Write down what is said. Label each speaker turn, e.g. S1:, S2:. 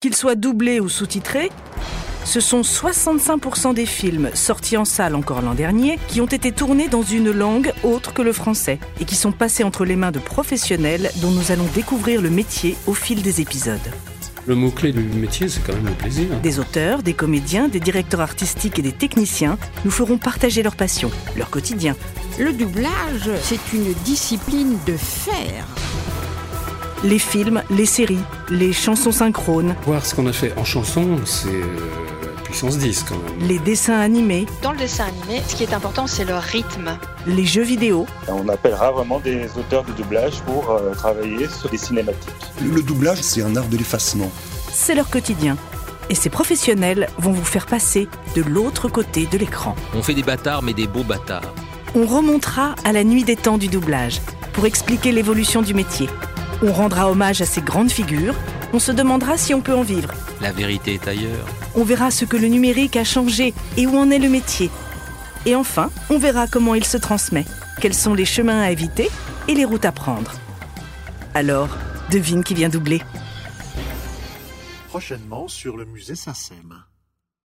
S1: Qu'ils soient doublés ou sous-titrés, ce sont 65% des films sortis en salle encore l'an dernier qui ont été tournés dans une langue autre que le français et qui sont passés entre les mains de professionnels dont nous allons découvrir le métier au fil des épisodes.
S2: Le mot-clé du métier, c'est quand même le plaisir.
S1: Des auteurs, des comédiens, des directeurs artistiques et des techniciens nous feront partager leur passion, leur quotidien.
S3: Le doublage, c'est une discipline de fer.
S1: Les films, les séries, les chansons synchrones,
S2: Voir ce qu'on a fait en chanson, c'est euh, puissance 10 quand même.
S1: les dessins animés,
S4: Dans le dessin animé, ce qui est important, c'est le rythme.
S1: les jeux vidéo,
S5: On appellera vraiment des auteurs de doublage pour euh, travailler sur des cinématiques.
S6: Le doublage, c'est un art de l'effacement.
S1: c'est leur quotidien. Et ces professionnels vont vous faire passer de l'autre côté de l'écran.
S7: On fait des bâtards, mais des beaux bâtards.
S1: On remontera à la nuit des temps du doublage pour expliquer l'évolution du métier. On rendra hommage à ces grandes figures. On se demandera si on peut en vivre.
S7: La vérité est ailleurs.
S1: On verra ce que le numérique a changé et où en est le métier. Et enfin, on verra comment il se transmet, quels sont les chemins à éviter et les routes à prendre. Alors, devine qui vient doubler.
S8: Prochainement sur le musée Saint-Sème.